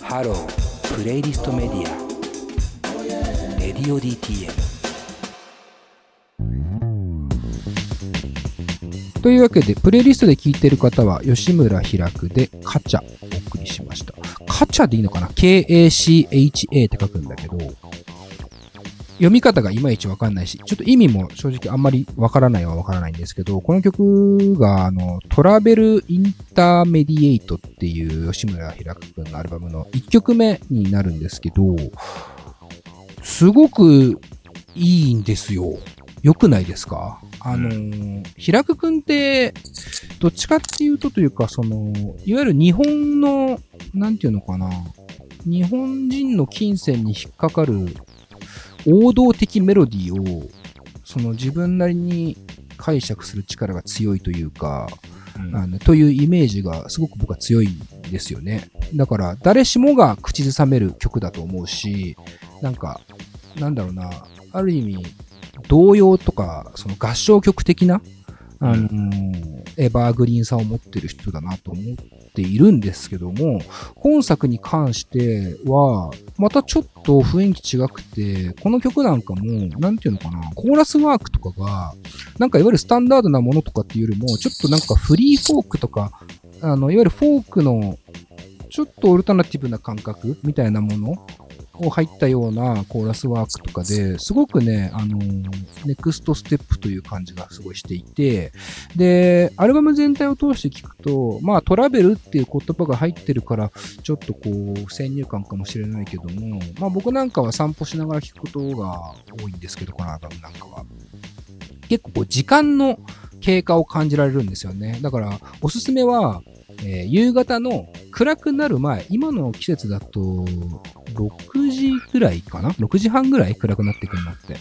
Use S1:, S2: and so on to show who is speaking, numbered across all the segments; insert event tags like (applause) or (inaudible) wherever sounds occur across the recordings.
S1: ハロープレイリストメディアレディオ DTM
S2: というわけで、プレイリストで聴いてる方は、吉村ひらくで、カチャ、お送りしました。カチャでいいのかな ?K-A-C-H-A って書くんだけど、読み方がいまいちわかんないし、ちょっと意味も正直あんまりわからないはわからないんですけど、この曲が、あの、トラベルインターメディエイトっていう吉村ひらくくんのアルバムの1曲目になるんですけど、すごくいいんですよ。良くないですかあのー、平久くんって、どっちかっていうとというか、その、いわゆる日本の、なんていうのかな、日本人の金銭に引っかかる王道的メロディーを、その自分なりに解釈する力が強いというか、あのというイメージがすごく僕は強いんですよね。だから誰しもが口ずさめる曲だと思うし、なんか、なんだろうな、ある意味、童謡とか、その合唱曲的な、あのーエバーグリーンさを持ってる人だなと思っているんですけども、本作に関しては、またちょっと雰囲気違くて、この曲なんかも、なんていうのかな、コーラスワークとかが、なんかいわゆるスタンダードなものとかっていうよりも、ちょっとなんかフリーフォークとか、あの、いわゆるフォークの、ちょっとオルタナティブな感覚みたいなものを入ったようなコーラスワークとかですごくね、あのネクストステップという感じがすごいしていて、で、アルバム全体を通して聞くと、まあトラベルっていう言葉が入ってるから、ちょっとこう、先入観かもしれないけども、まあ僕なんかは散歩しながら聞くことが多いんですけど、このアルバムなんかは。結構こう時間の経過を感じられるんですよね。だから、おすすめは、えー夕方の暗くなる前、今の季節だと、6時ぐらいかな ?6 時半ぐらい暗くなってくるのって。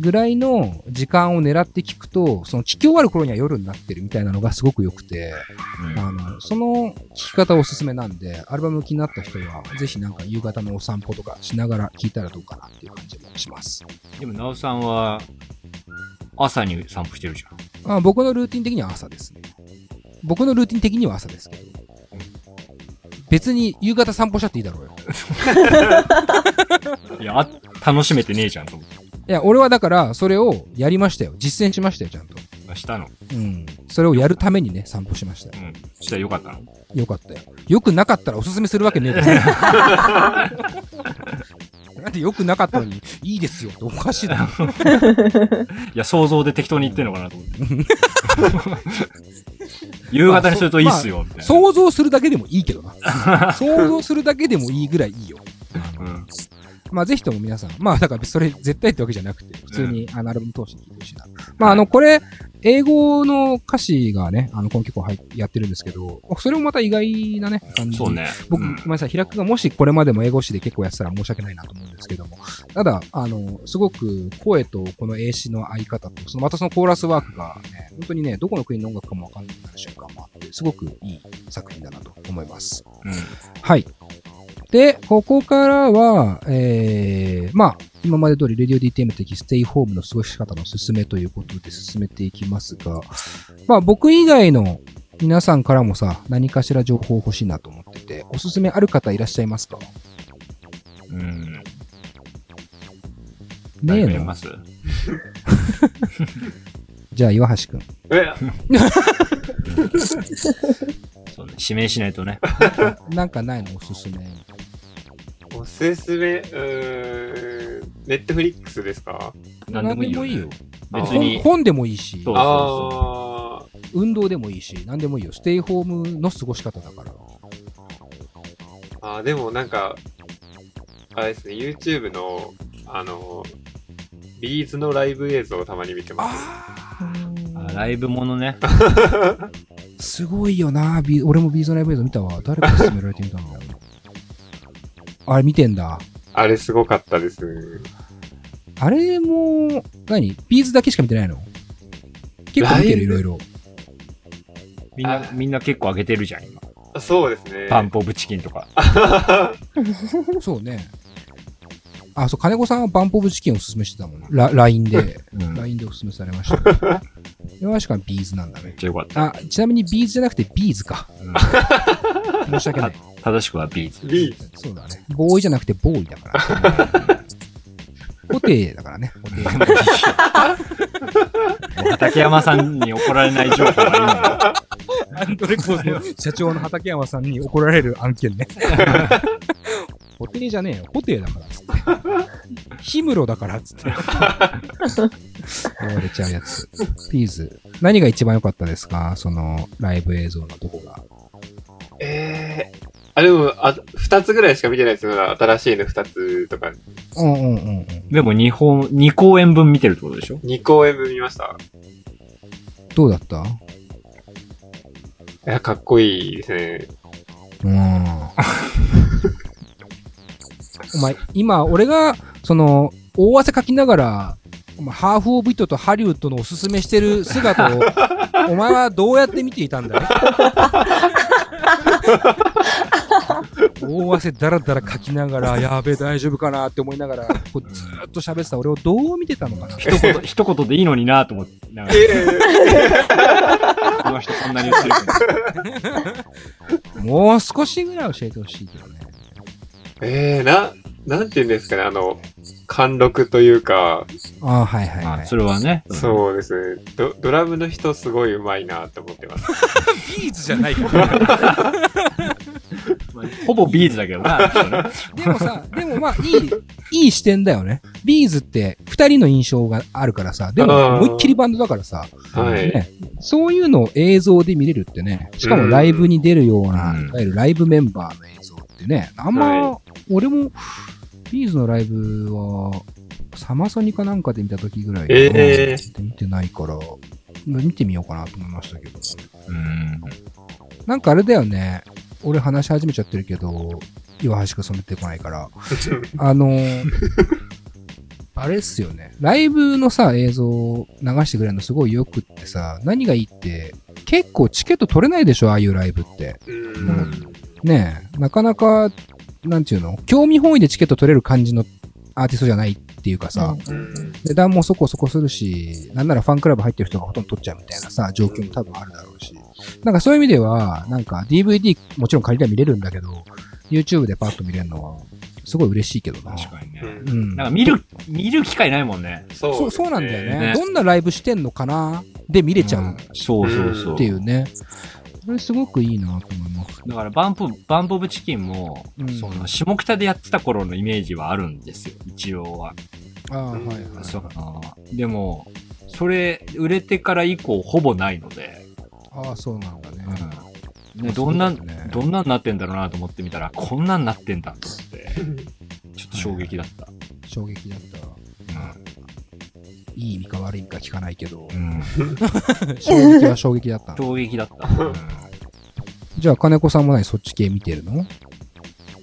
S2: ぐらいの時間を狙って聞くと、その聞き終わる頃には夜になってるみたいなのがすごく良くて、あの、その聞き方おすすめなんで、アルバム気になった人は、ぜひなんか夕方のお散歩とかしながら聞いたらどうかなっていう感じもします。
S3: でも、なおさんは、朝に散歩してるじゃん。
S2: あ僕のルーティン的には朝ですね。僕のルーティン的には朝ですけど。別に夕方散歩しちゃっていいだろうよ。
S3: いや、あ楽しめてねえじゃんと思って。
S2: いや、俺はだから、それをやりましたよ。実践しましたよ、ちゃんと。
S3: あしたの。
S2: うん。それをやるためにね、散歩しました
S3: う
S2: よ。
S3: ん。したらよかったの。
S2: よかったよ。よくなかったらおすすめするわけねえだろ。 (laughs) なんでよくなかったのに、いいですよっておかしいな。
S3: いや、想像で適当に言ってんのかなと (laughs) 思って。夕方にするといいっすよ、みたいな。
S2: 想像するだけでもいいけどな。想像するだけでもいいぐらいいいよ。
S3: うん。
S2: まあ、ぜひとも皆さん、まあ、だから、それ絶対ってわけじゃなくて、普通に、あの、アルバム通して聴いてほしいな。まあ、あの、これ、英語の歌詞がね、あの、この曲をはいやってるんですけど、それもまた意外なね、感じ。
S3: そう。ね。
S2: 僕、
S3: う
S2: ごめ
S3: ん
S2: んなさい、平久がもしこれまでも英語詞で結構やってたら申し訳ないなと思うんですけども、ただ、あの、すごく声とこの英詞の合い方と、そのまたそのコーラスワークがね、本当にね、どこの国の音楽かもわかんない瞬間もあって、すごくいい作品だなと思います。
S3: うん
S2: はい。で、ここからは、えー、まあ、今まで通り、レディオ DTM 的ステイホームの過ごし方の勧めということで進めていきますが、まあ、僕以外の皆さんからもさ、何かしら情報欲しいなと思ってて、おすすめある方いらっしゃいますか
S3: う
S2: ね
S3: ん。
S2: え
S3: 誰かい
S2: の
S3: ます
S2: じゃあ、岩橋くん。
S3: (laughs)
S4: え
S3: そうね。指名しないと (laughs) ね。
S2: なんかないのおすすめ。
S4: おすすめ、うーん、ネットフリックスですか
S3: なんでもいいよね
S2: なん
S3: 別
S2: 本
S3: に。
S2: 本でもいいし
S3: そ、う
S4: ああ、
S2: 運動でもいいし、何でもいいよ。ステイホームの過ごし方だから。
S4: あーでもなんか、あれですね、YouTube の、あの、ビーズのライブ映像をたまに見てます。
S2: あ
S3: あライブものね。
S2: すごいよな、ビ俺もビーズのライブ映像見たわ。誰から勧められてみたんだろう。あれ見てんだ。
S4: あれすごかったです。
S2: あれも、何ビーズだけしか見てないの結構見てる、いろいろ。
S3: みん (laughs) な、みんな結構上げてるじゃん、今。
S4: そうですね。
S3: パンプオブチキンとか。
S2: そうね。あ、そう、金子さんはバンポブチキンをおすすめしてたもんね。ラ LINE で、
S3: (laughs) うん。めっ
S2: LINE でおすすめされました、ね。岩橋君はビーズなんだね。
S3: ちゃよかった。
S2: あ、ちなみにビーズじゃなくてビーズか。
S3: うん
S2: 申し訳ない。
S3: 正しくはビーズ。
S4: (laughs) ビーズ。
S2: そうだね。ボーイじゃなくてボーイだから。
S4: (laughs)
S2: 固定だからね。固定
S3: もう畠山さんに怒られない情報はいいんだよ。
S2: アンドレコーズの社長の畠山さんに怒られる案 (laughs) 件ね。ホテルじゃねえよ。ホテルだからっつって。ヒムロだからっ (laughs) つって。言われちゃうやつ。ピーズ。何が一番良かったですかそのライブ映像のとこが。
S4: (laughs) ええあ、でも、あ、二つぐらいしか見てないですよ。まだ新しいの二つとか。
S2: うんうんうんうん。
S3: (laughs) でも2本、2公演分見てるってこと (laughs) でしょ
S4: 二公演分見ました。
S2: どうだった
S4: いや、かっこいいで
S3: (laughs)
S4: すね。
S2: うん。お前、今、俺が、その、大汗かきながら、お前ハーフ・オブ・イットとハリウッドのおすすめしてる姿を、お
S3: (laughs)
S2: 前はどうやって見ていたんだい (laughs) 大汗だらだらかきながら、やべえ、大丈夫かなって思いながら、こうずーっと喋ってた俺をどう見てたのかな
S3: 一言、一言でいいのになと思って、なんか
S4: え、え
S3: この人そんなに言っ
S2: (laughs)
S3: てるけど。
S2: もう少しぐらい教えてほしいけどね。
S4: ええな、なんて言うんですかね、あの、貫禄というか、
S2: ああ、はいはい、
S3: ま
S2: は
S3: あ、
S2: い
S3: そ。れはね。
S4: そうですね。ドドラムの人すごい上手いなって思っ
S2: (laughs)
S4: てます。
S2: ビーズじゃないから。
S3: まあほぼビーズだけどな。一緒ね
S2: でもさ、 (laughs) でもまあ、いい、いい視点だよね。ビーズって、二人の印象があるからさ、でも、
S4: あー
S2: 思いっきりバンドだからさ、
S4: はい。
S2: ね、そういうのを映像で見れるってね、しかもライブに出るような、
S3: うん
S2: いわゆるライブメンバーの映像ってね、あん
S4: は
S2: ま、俺も、ビーズのライブは、サマソニかなんかで見た時ぐらい、
S4: え
S2: 見てないから、見てみようかなと思いましたけど、
S3: うん。
S2: なんかあれだよね。俺話し始めちゃってるけど、岩橋くんそんな出てこないから。あのー、あれっすよね。ライブのさ、映像を流してくれるのすごいよくってさ、何がいいって、結構チケット取れないでしょ、ああいうライブって。
S4: うん。
S2: ねえ、なかなか、なんていうの興味本位でチケット取れる感じのアーティストじゃないっていうかさ、
S4: うん
S2: 値段もそこそこするし、なんならファンクラブ入ってる人がほとんど取っちゃうみたいなさ、状況も多分あるだろうし。なんかそういう意味では、なんか DVD もちろん借りれば見れるんだけど、YouTube でパッと見れるのは、すごい嬉しいけどな。
S3: 確かにね
S4: う。
S2: うんん
S3: なん。か見る、見る機会ないもんね。
S4: そう
S2: そう、
S4: です
S2: そうなんだよね
S3: ね
S2: どんなライブしてんのかなで見れちゃう
S3: そうそうそう。
S2: っていうね。これすごくいいなと思います。
S3: だからバンプ、バンプオブチキンも、
S2: うん
S3: その下北でやってた頃のイメージはあるんですよ、一応は。
S2: ああ、はいは
S3: そ
S2: い。
S3: うでも、それ、売れてから以降ほぼないので、
S2: ああ、そうなんだね。
S3: ね、どんな、
S2: そうだよね
S3: どんなんなってんだろうなと思ってみたら、こんなんなってんだと思って、ちょっと衝撃だった。
S2: 衝撃だった。いい意味か悪い意味か聞かないけど、
S3: うん
S2: 衝撃は衝撃だった。
S3: 衝撃だった。
S2: じゃあ、金子さんもないそっち系見てるの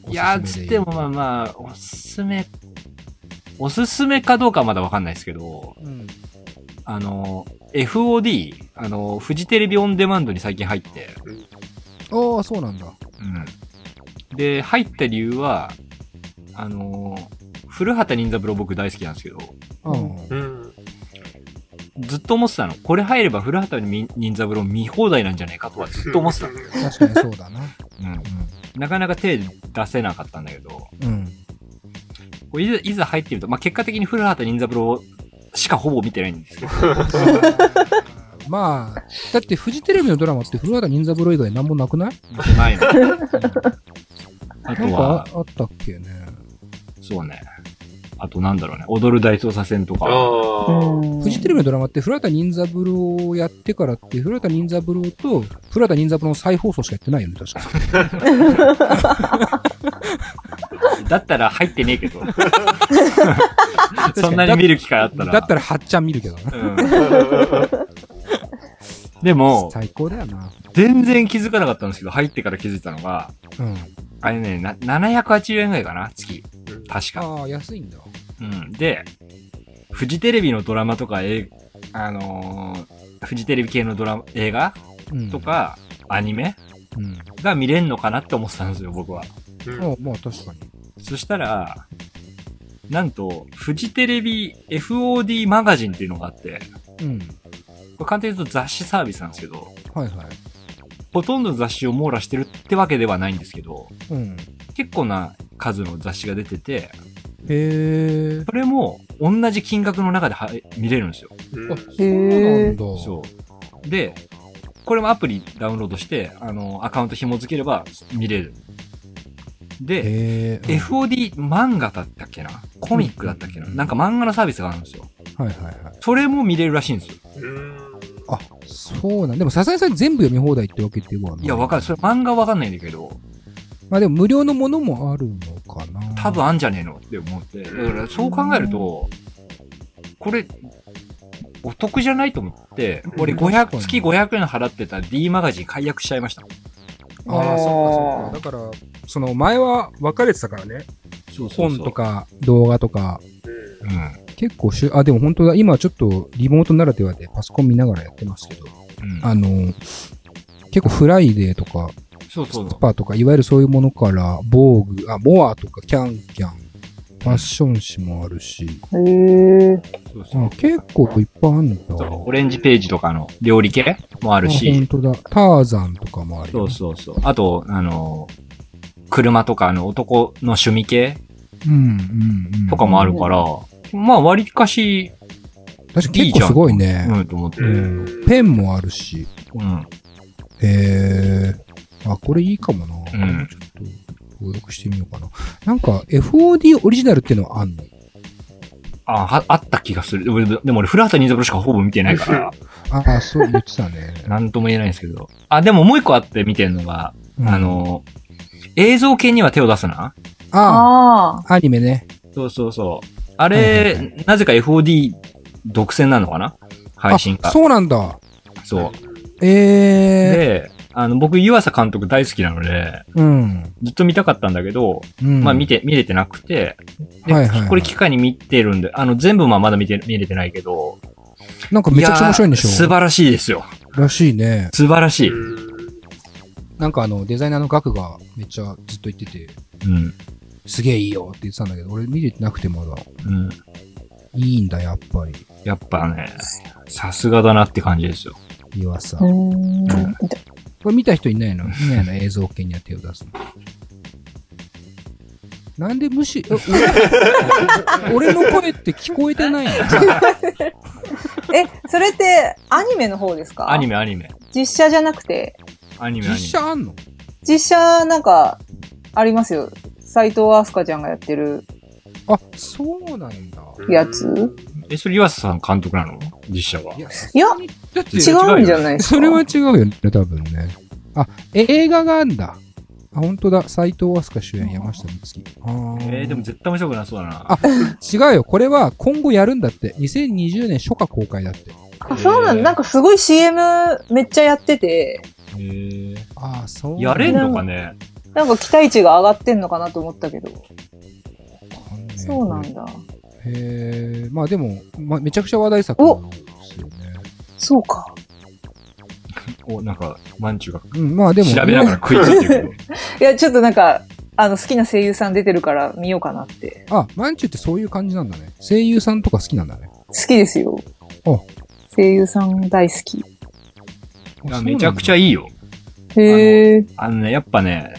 S3: いやー、
S2: おすす
S3: つ
S2: め
S3: っ
S2: で
S3: て
S2: 言う
S3: もまあまあ、おすすめ、おすすめかどうかはまだわかんないですけど、
S2: うん。
S3: あの、FOD、あの、フジテレビオンデマンドに最近入って、
S2: ああ、そうなんだ。
S3: で、入った理由は、あのー古畑任三郎僕大好きなんですけど、
S2: うん。
S4: うん。
S3: ずっと思ってたの。これ入れば古畑に任三郎見放題なんじゃないかとはずっと思ってたの、
S2: 確かにそうだな。
S3: なかなか手出せなかったんだけど、
S2: うん。
S3: (laughs)
S2: うん。
S3: こういざいざ入ってみると、まあ、結果的に古畑任三郎しかほぼ見てないんですけど、
S2: まあ、だってフジテレビのドラマって古畑任三郎以外なんもなくない
S3: 見てないの。あ
S2: なん
S3: と
S2: か
S3: は、
S2: あったっけね。
S3: そうね。あとなんだろうね。踊る大捜査線と
S4: あ
S3: か。
S4: あ。
S2: フジテレビのドラマって古畑任三郎をやってからって、古畑任三郎と古畑任三郎の再放送しかやってないよね、確かに。
S3: だったら入ってねえけど。 (laughs) そんなに見る機会あったら。
S2: だったらはっちゃん見るけどな。
S3: (laughs) でも、
S2: 最高だよな。
S3: 全然気づかなかったんですけど、入ってから気づいたのが、
S2: うん。
S3: あれね、な780円ぐらいかな、月。確か。
S2: ああ、安いんだ。
S3: うん。で、フジテレビのドラマとか、えあのーフジテレビ系のドラマ、映画
S2: うん。
S3: と。か、アニメ
S2: うん。
S3: が見れんのかなって思ってたんですよ、僕は。
S4: うん
S2: ああまあ確かに。
S3: そしたら、なんと、フジテレビ FOD マガジンっていうのがあって、
S2: うん。
S3: これ簡単に言うと雑誌サービスなんですけど、
S2: はいはい。
S3: ほとんど雑誌を網羅してるってわけではないんですけど、
S2: うん。
S3: 結構な数の雑誌が出てて、
S2: へえ。
S3: それも同じ金額の中では見れるんですよ。
S4: うん
S2: あ、そうなんだ。
S3: そう。で、これもアプリダウンロードして、あの、アカウント紐付ければ見れる。で、
S2: へえ。
S3: FOD 漫画だったっけなコミックだったっけな、
S2: うん
S3: なんか漫画のサービスがあるんですよ。
S2: はいはいはい。
S3: それも見れるらしいんですよ。
S4: うん。
S2: あ、そうなんでも、さすがにそれ全部読み放題ってわけではない。
S3: いや、わかる。それ漫画わかんないんだけど、
S2: まあでも、無料のものもあるのかな。
S3: 多分あんじゃねえのって思って。だからそう考えると、これ、お得じゃないと思って、俺
S2: 確か
S3: 500、
S2: に
S3: 月500円払ってた D マガジン解約しちゃいました。
S2: ああ、そ
S5: あー
S2: っかそっか。だから、その前は分かれてたからね。
S3: そう
S2: 本と。か動画とか。
S4: うん
S3: う
S2: 結構しゅ、あ、でも本当だ。今ちょっとリモートならではでパソコン見ながらやってますけど、
S3: ん。うん。
S2: あの、結構フライデーとか、
S3: そうそう
S2: ス
S3: そう。
S2: パとか、いわゆるそういうものから、防具、あ、モアとか、キャンキャン、ファッション誌もあるし、
S5: へえ。
S3: そうそう
S2: あ結構いっぱいあるんだ。
S3: そうオレンジページとかの料理系もある
S2: あ
S3: し、
S2: 本当だ。ターザンとかもある
S3: そ
S2: よ
S3: う
S2: ね。
S3: そうそう。あと、あの、車とかあの男の趣味系
S2: うんうんうん。
S3: とかもあるから、まあ割かし、
S2: 確か
S3: い
S2: に
S3: いじ
S2: 結構
S3: ゃん。
S2: すごいね。
S3: うん、と思って。
S4: うん
S2: ペンもあるし。
S3: うん。
S2: えー、あ、これいいかもな。
S3: ん
S2: ちょっと、登録してみようかな。なんか、FOD オリジナルっていうのはあんの
S3: あ、はあった気がする。でもでも俺、古畑任三郎しかほぼ見てないから、
S2: ああ、そう言ってたね。 (laughs)
S3: なんとも言えないんですけど。あ、でももう一個あって見てるのが、
S2: うん
S3: (laughs) あ、の、映像系には手を出すな。
S2: あ
S5: あ
S2: あ、
S5: あ。
S2: アニメね。
S3: そうそうそう。あれ、
S2: はい
S3: なぜか FOD 独占なのかな配信
S2: あ
S3: が。
S2: そうなんだ。
S3: そう。
S2: えー、
S3: で、あの、僕、湯浅監督大好きなので、
S2: うん。
S3: ずっと見たかったんだけど、
S2: うん
S3: まあ見て、見れてなくて、で
S2: はいはいはい
S3: これ機会に見てるんで、あの、全部まあまだ見て、見れてないけど、
S2: なんかめちゃくちゃ面白いんでし
S3: やー素
S2: ょ
S3: 晴らしいですよ。
S2: らしいね。
S3: 素晴らしい。うん。
S4: う
S2: なんかあの、デザイナーのガクがめっちゃずっと言ってて、
S3: うん。
S2: すげえいいよって言ってたんだけど、俺見れてなくてまだ。いいんだ、やっぱり。
S3: やっぱね、さすがだなって感じですよ。
S2: 岩さ
S5: うー
S2: ん。
S5: ん。
S2: これ見た人いないのいないの映像系には手を出すの。なんで無視、え俺 (laughs) 俺の声って聞こえて
S3: (laughs)
S2: ないの
S5: え、それってアニメの方ですか
S3: アニメ、アニメ。
S5: 実写じゃなくて、
S3: アニメ、アニメ。
S2: 実写あんの
S5: 実写なんか、ありますよ。斎藤飛鳥ちゃんがやってる。
S2: あ、そうなんだ。
S4: ん
S5: やつ
S3: え、それ岩瀬さん監督なの実写は。
S2: いや、
S5: いや
S2: だって
S5: 違うんじゃないですか
S2: それは違うよね、多分ね。あ、え映画があんだ。あ、本当だ。斎藤飛鳥主演、山下美月。あー
S3: えー、でも絶対面白くなそうだな。
S2: あ違うよ。これは今後やるんだって。2020年初夏公開だって。
S5: あそうな
S3: へ
S5: の
S3: ー
S5: なんかすごい CM めっちゃやってて、
S3: えー、
S2: あーそうなんだ。
S3: やれんのかね
S5: なんか期待値が上がってんのかなと思ったけど。
S2: わかんねえ
S5: そうなんだ。
S2: へえ、まあでも、まあ、めちゃくちゃ話題作なんですよね。
S5: そうか。
S3: お、なんか、まんちゅうが
S2: うん、まあでも、
S3: 調べながら食いついて
S2: (laughs)
S3: るけど。
S5: いや、ちょっとなんか、あの、好きな声優さん出てるから見ようかなって。
S2: あ、マンチュってそういう感じなんだね。声優さんとか好きなんだね。
S5: 好きですよ
S2: あ。
S5: 声優さん大好き。
S3: いやめちゃくちゃ
S2: いい。
S3: いいよ。
S5: へえ。
S3: あのね、やっぱね、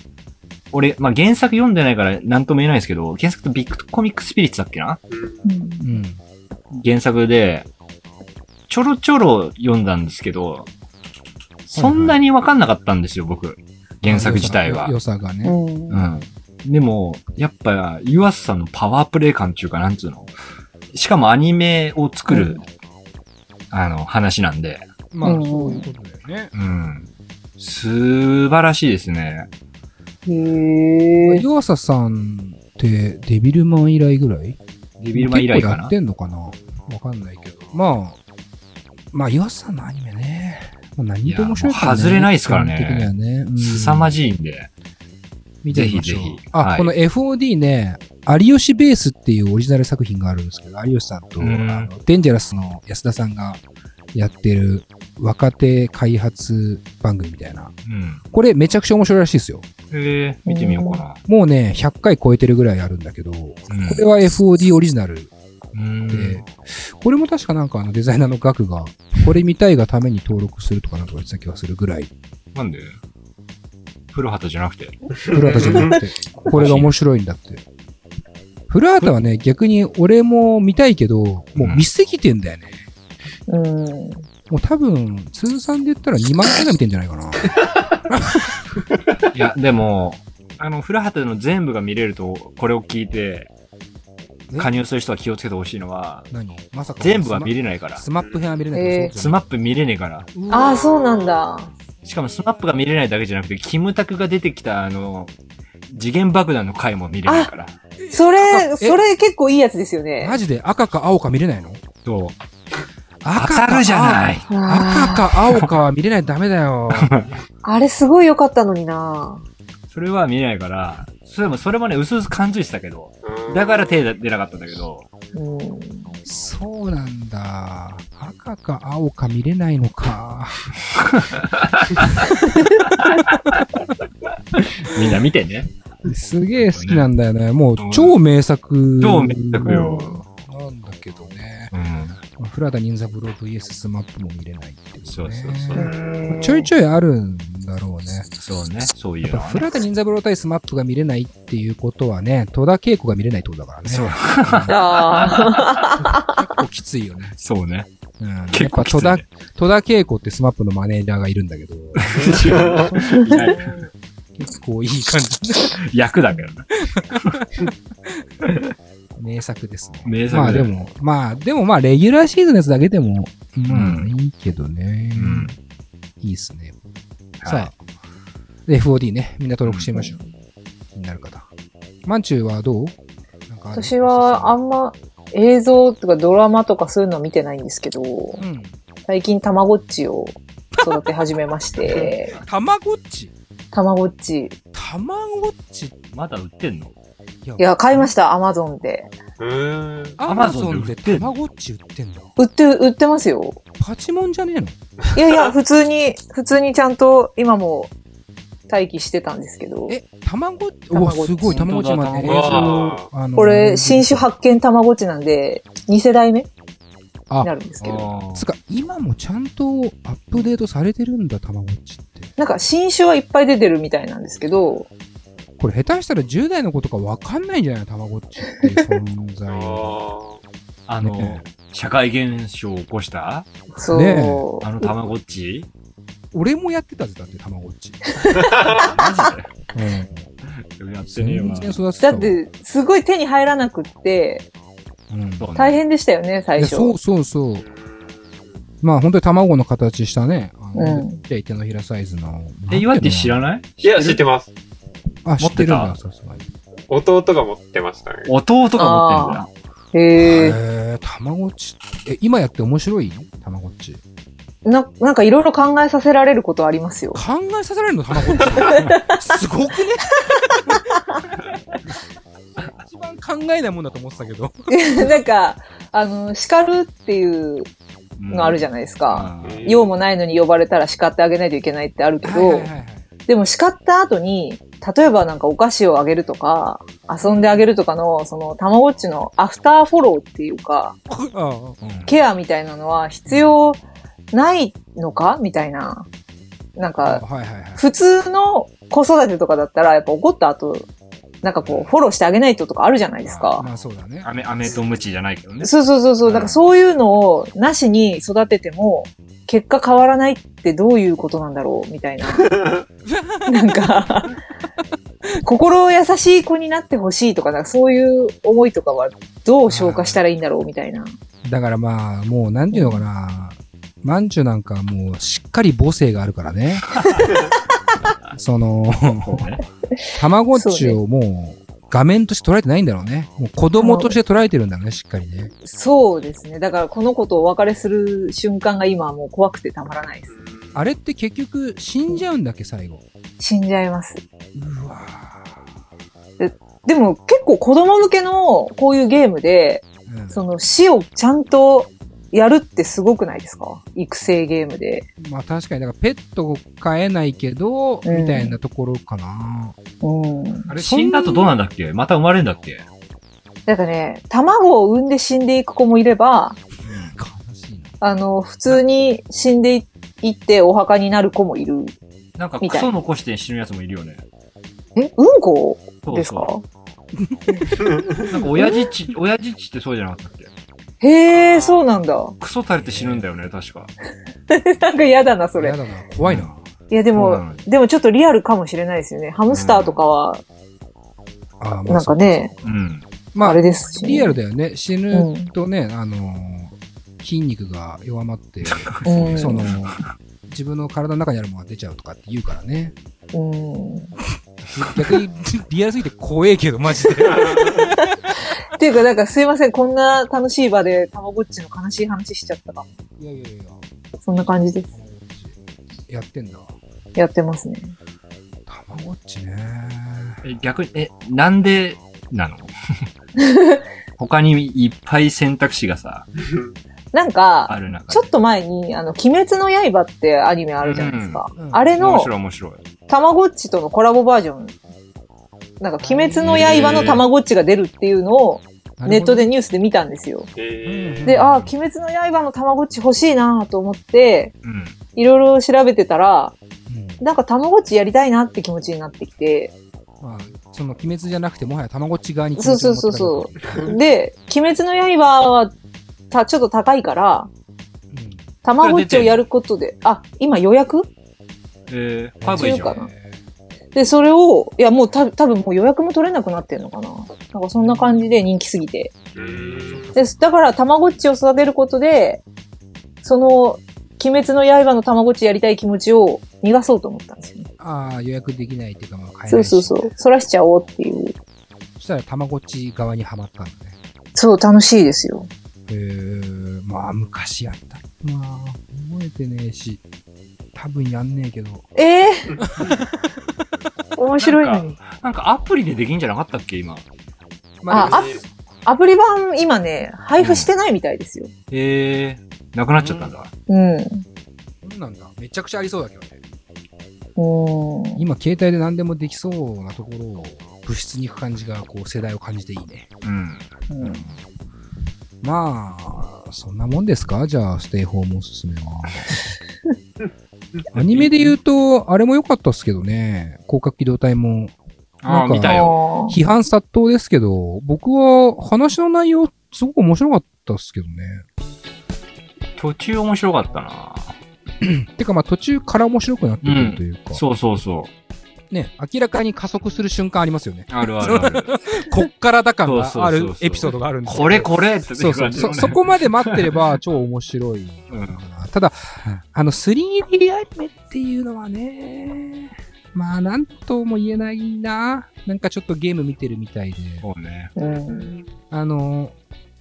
S3: 俺、まあ、原作読んでないから何とも言えないですけど、原作とビッグコミックスピリッツだっけな
S5: うん
S2: うん。
S3: 原作で、ちょろちょろ読んだんですけど、そんなにわかんなかったんですよ、僕。原作自体は
S2: 良。さが
S5: う
S2: ね。
S5: ん
S3: うん。でも、やっぱ、湯浅さんのパワープレイ感っていうか、なんつうの。しかもアニメを作る、あの、話なんで、
S2: まあ、
S5: うん
S2: そういうことだよね。
S3: うん。素晴らしいですね。
S5: へえ。
S2: ヨアサさんってデビルマン以来ぐらい
S3: デビルマン以来
S2: 結
S3: か
S2: 構や
S3: な
S2: っ。てんのかなわかんないけど。まあ、まあ、ヨアサのアニメね。まあ何と面白いから、
S3: いやもう外れないですからね
S2: 基本的にはね。うん
S3: 凄まじいんで。
S2: 見てみましょう
S3: ぜひぜひ
S2: あ、
S3: はい
S2: この FOD ね、有吉ベースっていうオリジナル作品があるんですけど、有吉さんと、
S3: うん
S2: あのデンジャラスの安田さんがやってる若手開発番組みたいな。
S3: うん。
S2: これめちゃくちゃ面白いらしいですよ。
S3: へえ見てみようかな。
S2: もうね、100回超えてるぐらいあるんだけど、こ
S3: うん
S2: れは FOD オリジナル
S3: うん。
S2: で、これも確かなんかあのデザイナーのガクが、これ見たいがために登録するとかなんとか言ってた気がするぐらい、
S3: なんで古畑じゃなくて。
S2: 古畑じゃなく
S3: (laughs)
S2: て、これが面白いんだって。古畑はね、逆に俺も見たいけど、もう見すぎてんだよね。
S5: うん。
S2: もう多分、通算で言ったら2万回ぐらい見てんじゃないか
S3: (laughs)
S2: な。
S3: いや、でも、あの、古畑の全部が見れると、これを聞いて、
S2: え
S3: 加入する人は気をつけてほしいのは、
S2: 何まさか。
S3: 全部は見れないから。
S2: スマップ編は見れない
S5: えー
S2: から。
S3: スマップ見れねえから。
S5: ああ、そうなんだ。
S3: しかもスマップが見れないだけじゃなくて、キムタクが出てきた、あの、次元爆弾の回も見れないから。
S5: そ
S2: え
S5: れ、それ結構いいやつですよね。
S2: マジで赤か青か見れないの
S3: そう。
S2: 赤。
S3: 当たるじゃないい。
S2: 赤
S5: あ
S2: か青かは見れないとダメだ
S3: (laughs)
S2: よ。
S5: ーあれすごい良かったのにな。
S3: それは見れないから、それも、それもね、うすうす感づいてたけど、だから手出なかったんだけど、
S5: うん。
S2: そうなんだ。赤か青か見れないのか。
S3: みんな見てね。
S2: すげえ好きなんだよね。もう超名作。
S3: 超名作よ。
S2: なんだけどね。
S3: うん。
S2: フラダ任三郎 VS スマップも見れないっていう、ね。
S3: そうそうそう
S2: ちょいちょいあるんだろうね。
S3: そうね、そうい
S2: やっ
S3: うの
S2: ぱ
S3: は
S2: フ
S3: ね。
S2: ラダ任三郎対スマップが見れないっていうことはね、戸田恵子が見れないってことだからね。
S3: そう、
S5: あ
S2: 結構きついよね。
S3: そうね。
S2: うん、やっ
S3: 結
S2: ぱ
S3: 構きつい
S2: 戸田
S3: ね、
S2: 戸田恵子ってスマップのマネージャーがいるんだけど、
S3: いや
S2: 結構いい感じの
S3: 役だけどね。
S2: 名作ですね。
S3: 名
S2: まあ
S3: 作だ
S2: で
S3: よ。
S2: も、まあでもまあレギュラーシーズンのやつだけでも、うん、
S3: うん
S2: いいけどね。
S3: うん。
S2: いいっすね。
S3: はい
S2: さあ、FOD ね、みんな登録してみましょう。気になる方。マンチューはどうなんかある
S5: 私はあんま映像とかドラマとかそういうの見てないんですけど、
S2: うん。
S5: 最近たまごっちを育て始め
S2: (laughs)
S5: まして、
S2: たまごっち
S5: たまごっち。い
S2: たまごっちい
S3: まだ売ってんの
S5: や、買いました、アマゾンで。
S4: うん。
S2: アマゾンでたまごっち売ってんだ。
S5: 売って、売ってますよ。
S2: パチモンじゃねえの
S5: いやいや、普通に、普通にちゃんと今も待機してたんですけど。
S2: え、たまごっちうわ、すごい、たまごっちまで映
S3: 本当だ
S2: 像、あの
S5: これ、新種発見たまごっちなんで、2世代目に
S2: あ
S5: なるんですけど。
S3: あ
S2: つか、今もちゃんとアップデートされてるんだ、たまごっちって。
S5: なんか、新種はいっぱい出てるみたいなんですけど、
S2: これ、下手したら10代の子とかわかんないんじゃないのたまごっちっていう存在
S4: (laughs) あ。あ。
S3: あの、社会現象を起こした
S5: そう。
S2: ねえ
S3: あの、たまごっち
S2: 俺もやってたぜ、だって、たまごっち。うん。全然育てたわ。
S3: マジでやってねえわ。
S5: だっ、て、すごい手に入らなくって、
S2: うん。
S3: そうね
S5: 大変でしたよね、最
S2: いや
S5: 初。
S2: そうそうそう。まあ、本当に卵の形したね。あ
S5: う
S2: の
S5: ん
S2: ちっちゃい手のひらサイズの。
S3: え、岩手知
S2: ん
S3: らない
S4: いや、知ってます。
S2: あ、知ってるん
S3: 持
S2: だ、
S3: っ
S2: さすがに。
S4: 弟が持ってましたね。
S3: 弟が持ってんだ
S5: へえ。
S2: えー、たまごっち。え、今やって面白いたまごっち。
S5: な、なんかいろいろ考えさせられることありますよ。 (laughs)
S2: 考えさせられるのたまごっちすごくね一番考えないもんだと思ってたけど
S5: なんか、あの、叱るっていう
S3: よ。
S5: のあるじゃないですか。
S3: あ
S4: うん
S5: 用もないのに呼ばれたら叱ってあげないといけないってあるけ
S2: はいはいは
S5: ど
S2: い、はい
S5: でも叱った後に、例えばなんかお菓子をあげるとか、遊んであげるとかの、その、たまごっちのアフターフォローっていうか、
S2: あ
S3: ーうん
S5: ケアみたいなのは必要ないのかみたいな。なん
S2: ああ
S5: か、
S2: はいはいはい
S5: 普通の子育てとかだったら、やっぱ怒った後、なんかこう、フォローしてあげないととかあるじゃないですか。
S2: まあそうだね
S3: アメ、アメとムチじゃないけどね。
S5: そうそうそうそうう。
S3: ん
S5: だからそういうのをなしに育てても、結果変わらないってどういうことなんだろう
S3: (laughs)
S5: みたいな。なんか、心優しい子になってほしいとか、なんかそういう思いとかはどう消化したらいいんだろうみたいな。
S2: だからまあもうなんていうのかなまんじゅうなんかもうしっかり母性があるからね
S5: (laughs)
S2: その
S3: そうね。
S2: たまごっちをもう画面として捉えてないんだろうねもう子供として捉えてるんだろうねしっかりね
S5: そうですね。だからこの子とお別れする瞬間が今はもう怖くてたまらないです。
S2: あれって結局死んじゃうんだっけ最後
S5: 死んじゃいます。
S2: うわ
S5: でも結構子供向けのこういうゲームで、
S2: うん
S5: その死をちゃんとやるってすごくないですか育成ゲームで。
S2: まあ確かに、だからペットを飼えないけど、
S5: うん
S2: みたいなところかな。
S5: うん。
S3: あれ死んだ後どうなんだっけまた生まれるんだっけ
S5: なんかね、卵を産んで死んでいく子もいれば、
S2: 悲しいな。
S5: あの、普通に死んでいいってお墓になる子もいる。
S3: なんかクソ残して死ぬやつもいるよね。
S5: え、うんこ
S3: そうそう
S5: ですか
S3: なんか親父ち、親父ちってそうじゃなかったっけ
S5: へえ、そうなんだ。 (laughs)
S3: クソ垂れて死ぬんだよね、確か。
S5: なんか嫌だな、そ
S2: それ。や。
S5: れ
S2: だな。怖いな。
S5: いや、で
S3: そうな
S5: も
S3: の、
S5: でもちょっとリアルかもしれないですよね。ハムスターとかは、
S2: あーまあ
S5: なんかね、
S3: うん。
S2: まあ
S5: あれですしね、
S2: リアルだよね。死ぬとね、あのー筋肉が弱まって、
S5: うん
S2: その、自分の体の中にあるものが出ちゃうとかって言うからね。
S5: うん。
S2: 逆にリアルすぎて怖えけど、マジ (laughs)
S5: (laughs)
S2: で。
S5: っていうか、なんかすいません、こんな楽しい場で、たまごっちの悲しい話しちゃったかも。
S2: いやいやいや、
S5: そんな感じです。
S2: やってんだ。
S5: やってますね。
S2: たまごっちね。
S3: え、逆に、え、なんで、なの (laughs) 他にいっぱい選択肢がさ、
S5: なんか、
S3: ある中で。
S5: ちょっと前に、あの、鬼滅の刃ってアニメあるじゃないですか。
S2: うん
S5: あれ
S3: 面
S5: の、
S3: 白い面白い。
S5: たまごっちとのコラボバージョン。なんか、鬼滅の刃のたまごっちが出るっていうのを、ネットでニュースで見たんですよ。
S4: えー
S5: で、ああ、鬼滅の刃のたまごっち欲しいなと思って、
S3: うん。
S5: いろいろ調べてたら、
S2: うん。
S5: なんかたまごっちやりたいなって気持ちになってきて、
S2: まあ、その鬼滅じゃなくて、もはやたまごっち側に
S5: そうそうそう
S2: そ
S5: そう。で、鬼滅の刃は、た、ちょっと高いから、
S2: うん。
S5: たまごっちをやることで、あ、今予約
S3: えー、ファブいいじゃ
S5: 中
S3: ん。
S5: 華で、それを、いや、もうた、多分もう予約も取れなくなってんのかな。なんかそんな感じで人気すぎて。
S4: うーん
S5: で、だから、たまごっちを育てることで、その、鬼滅の刃のたまごっちやりたい気持ちを逃がそうと思ったんですよね。
S2: ああ、予約できないっていうか、まあ、買え
S5: そ
S2: な
S5: う
S2: いし
S5: そうそう。そらしちゃおうっていう。
S2: そしたら、たまごっち側にはまったんだね。
S5: そう、楽しいですよ。
S2: えー、まあ、昔やった。まあ、覚えてねえし、多分やんねえけど。
S5: ええ
S3: (laughs)
S5: 面白いのに。
S3: なんかアプリでできんじゃなかったっけ、今。
S2: ま
S5: あアプリ版今ね、配布してないみたいですよ。
S3: えー、なくなっちゃったんだ。
S5: うん。う
S2: そうなんだ。めちゃくちゃありそうだけどね。
S5: ーん。
S2: 今、携帯で何でもできそうなところを、物質に行く感じが、こう、世代を感じていいね。
S3: うん。
S5: うん
S2: まあ、そんなもんですかじゃあ、ステイホームおすすめは。アニメで言うと、あれも良かったっすけどね。広角機動隊も。
S3: あ
S2: な
S3: あ、
S2: んか
S3: 見たよ。
S5: あー
S2: 批判殺到ですけど、僕は話の内容、すごく面白かったっすけどね。
S3: 途中面白かったな。
S2: てかまあ途中から面白くなってくるというか、
S3: そうそうそ
S2: ね、明らかに加速する瞬間ありますよね。
S3: う。あるある
S2: (laughs)
S3: ある。
S2: こっからだ感
S3: そう
S2: があ
S3: そうそう
S2: る
S3: そう
S2: エピソードがあるんですけど
S3: これこれって
S2: そうそうそ、そ (laughs)
S3: こ。
S2: こまで待ってれば超面白い
S3: うん
S2: かな。ただ、あの 3D アニメっていうのはね、まあなんとも言えないな。なんかちょっとゲーム見てるみたいで。
S3: そうね。
S5: うん。
S2: あの、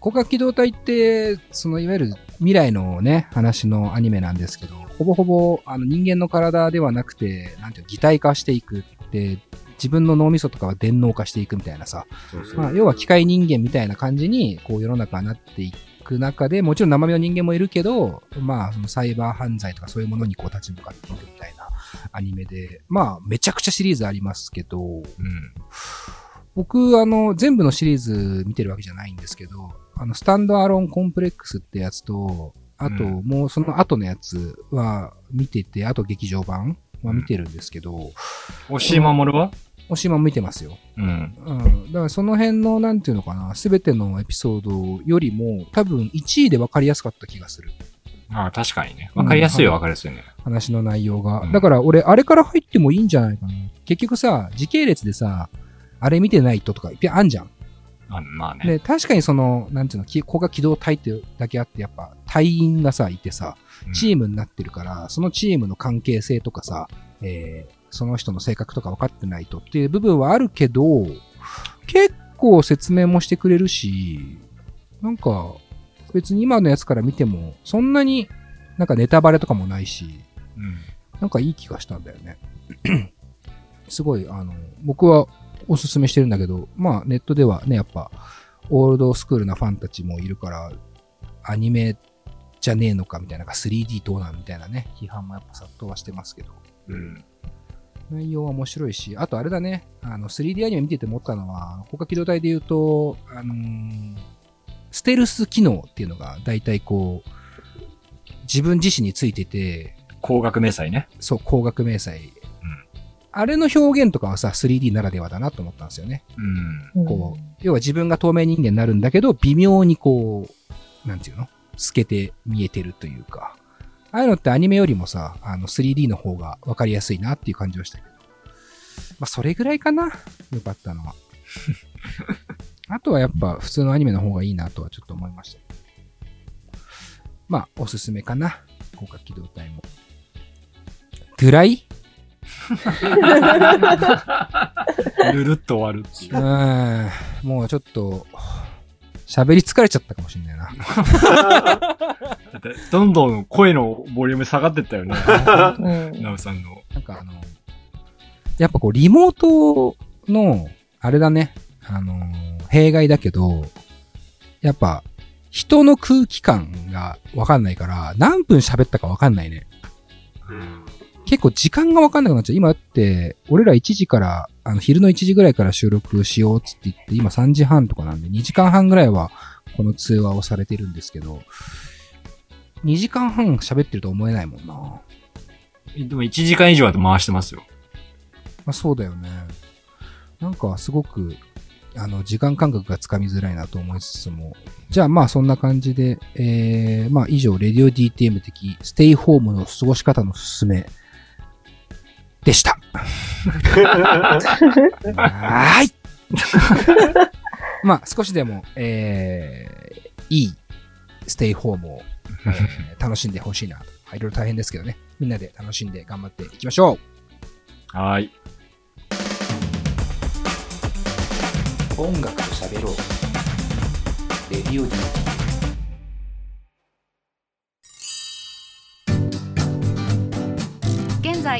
S2: 広角機動隊って、そのいわゆる未来のね、話のアニメなんですけど、ほぼほぼあの人間の体ではなくて、なんていうの擬態化していくって、自分の脳みそとかは電脳化していくみたいなさ、
S3: そうそう。
S2: まあ、要は機械人間みたいな感じに、こう世の中はなっていく中で、もちろん生身の人間もいるけど、まあ、そのサイバー犯罪とかそういうものにこう立ち向かっていくみたいなアニメで、まあ、めちゃくちゃシリーズありますけど、
S3: うん。
S2: 僕、あの、全部のシリーズ見てるわけじゃないんですけど、あの、スタンドアローンコンプレックスってやつと、あと、
S3: うん
S2: もうその後のやつは見てて、あと劇場版は見てるんですけど、
S3: 押井守は
S2: おしまも見てますよ。
S3: うん。
S2: うん。だからその辺の、なんていうのかな、すべてのエピソードよりも、多分1位で分かりやすかった気がする。
S3: ああ、確かにね。わかりやすいはわかりやすいね。
S2: 話の内容が。
S3: うん
S2: だから俺、あれから入ってもいいんじゃないかな。結局さ、時系列でさ、あれ見てないととか、いっぺんあんじゃん。
S3: あまあね。
S2: で、確かにその、なんていうの、き高架機動隊っていうだけあって、やっぱ隊員がさ、いてさ、チームになってるから、そのチームの関係性とかさ、えーその人の性格とか分かってないとっていう部分はあるけど、結構説明もしてくれるし、なんか、別に今のやつから見ても、そんなになんかネタバレとかもないし、
S3: うん。
S2: なんかいい気がしたんだよね。 (clears throat) すごい、あの、僕はおすすめしてるんだけど、まあネットではね、やっぱ、オールドスクールなファンたちもいるから、アニメじゃねえのかみたいな、なんか 3D どうなんみたいなね、批判もやっぱ殺到はしてますけど、
S3: うん。
S2: 内容は面白いし、あとあれだね、あの、3D アニメ見てて思ったのは、他機動隊で言うと、あのーステルス機能っていうのが、大体こう、自分自身についてて、
S3: 高額明細ね。
S2: そう、光学迷彩。あれの表現とかはさ、3D ならではだなと思ったんですよね。
S3: (laughs) うん。
S5: うん
S2: こう、要は自分が透明人間になるんだけど、微妙にこう、なんていうの透けて見えてるというか。ああいうのってアニメよりもさ、あの 3D の方が分かりやすいなっていう感じはしたけど。まあ、それぐらいかな。よかったのは。あとはやっぱ普通のアニメの方がいいなとはちょっと思いました。まあ、おすすめかな。効果機動隊も。ぐらい
S3: ぬるっと終わるっていう
S2: う。ーんもうちょっと、喋り疲れちゃったかもしれないな。
S3: だってどんどん声のボリューム下がってったよ (laughs) ね。
S5: うん
S3: ナウさんの。
S2: なんかあの、やっぱこう、リモートの、あれだね、あのー、弊害だけど、やっぱ、人の空気感がわかんないから、何分喋ったかわかんないね。
S4: うん。
S2: 結構時間がわかんなくなっちゃう。今だって、俺ら1時から、あの、昼の1時ぐらいから収録しようっつって言って、今3時半とかなんで、2時間半ぐらいはこの通話をされてるんですけど、2時間半喋ってると思えないもんな。ま
S3: でも1時間以上だと回してますよ。
S2: あそうだよね。なんかすごく、あの、時間感覚がつかみづらいなと思いつつも。じゃあまあそんな感じで、えー、まあ以上、レディオ DTM 的ステイホームの過ごし方のすすめでした。はーい。まあ、少しでも、えー、いいステイホームを、えー楽しんでほしいなと。はいいろいろ大変ですけどね。みんなで楽しんで頑張っていきましょう。
S3: はーい。
S1: 音楽と喋ろうレディオ DTM
S6: 現在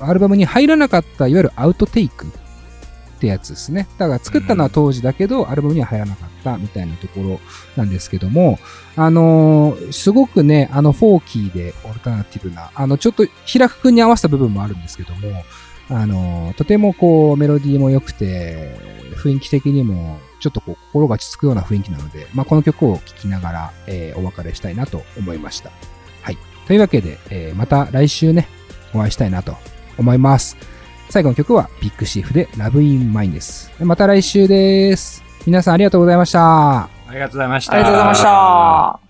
S2: アルバムに入らなかった、いわゆるアウトテイクってやつですね。だから作ったのは当時だけど、アルバムには入らなかったみたいなところなんですけども、あのーすごくね、あの、フォーキーでオルタナティブな、あの、ちょっと、平久くんに合わせた部分もあるんですけども、あのーとてもこう、メロディーも良くて、雰囲気的にも、ちょっとこう、心が落ち着くような雰囲気なので、まあ、この曲を聴きながら、えーお別れしたいなと思いました。はい。というわけで、えーまた来週ね、お会いしたいなと思います。最後の曲は、ビッグシーフで、ラブインマインです。また来週です。皆さんありがとうございました。
S3: ありがとうございました。
S5: ありがとうございました。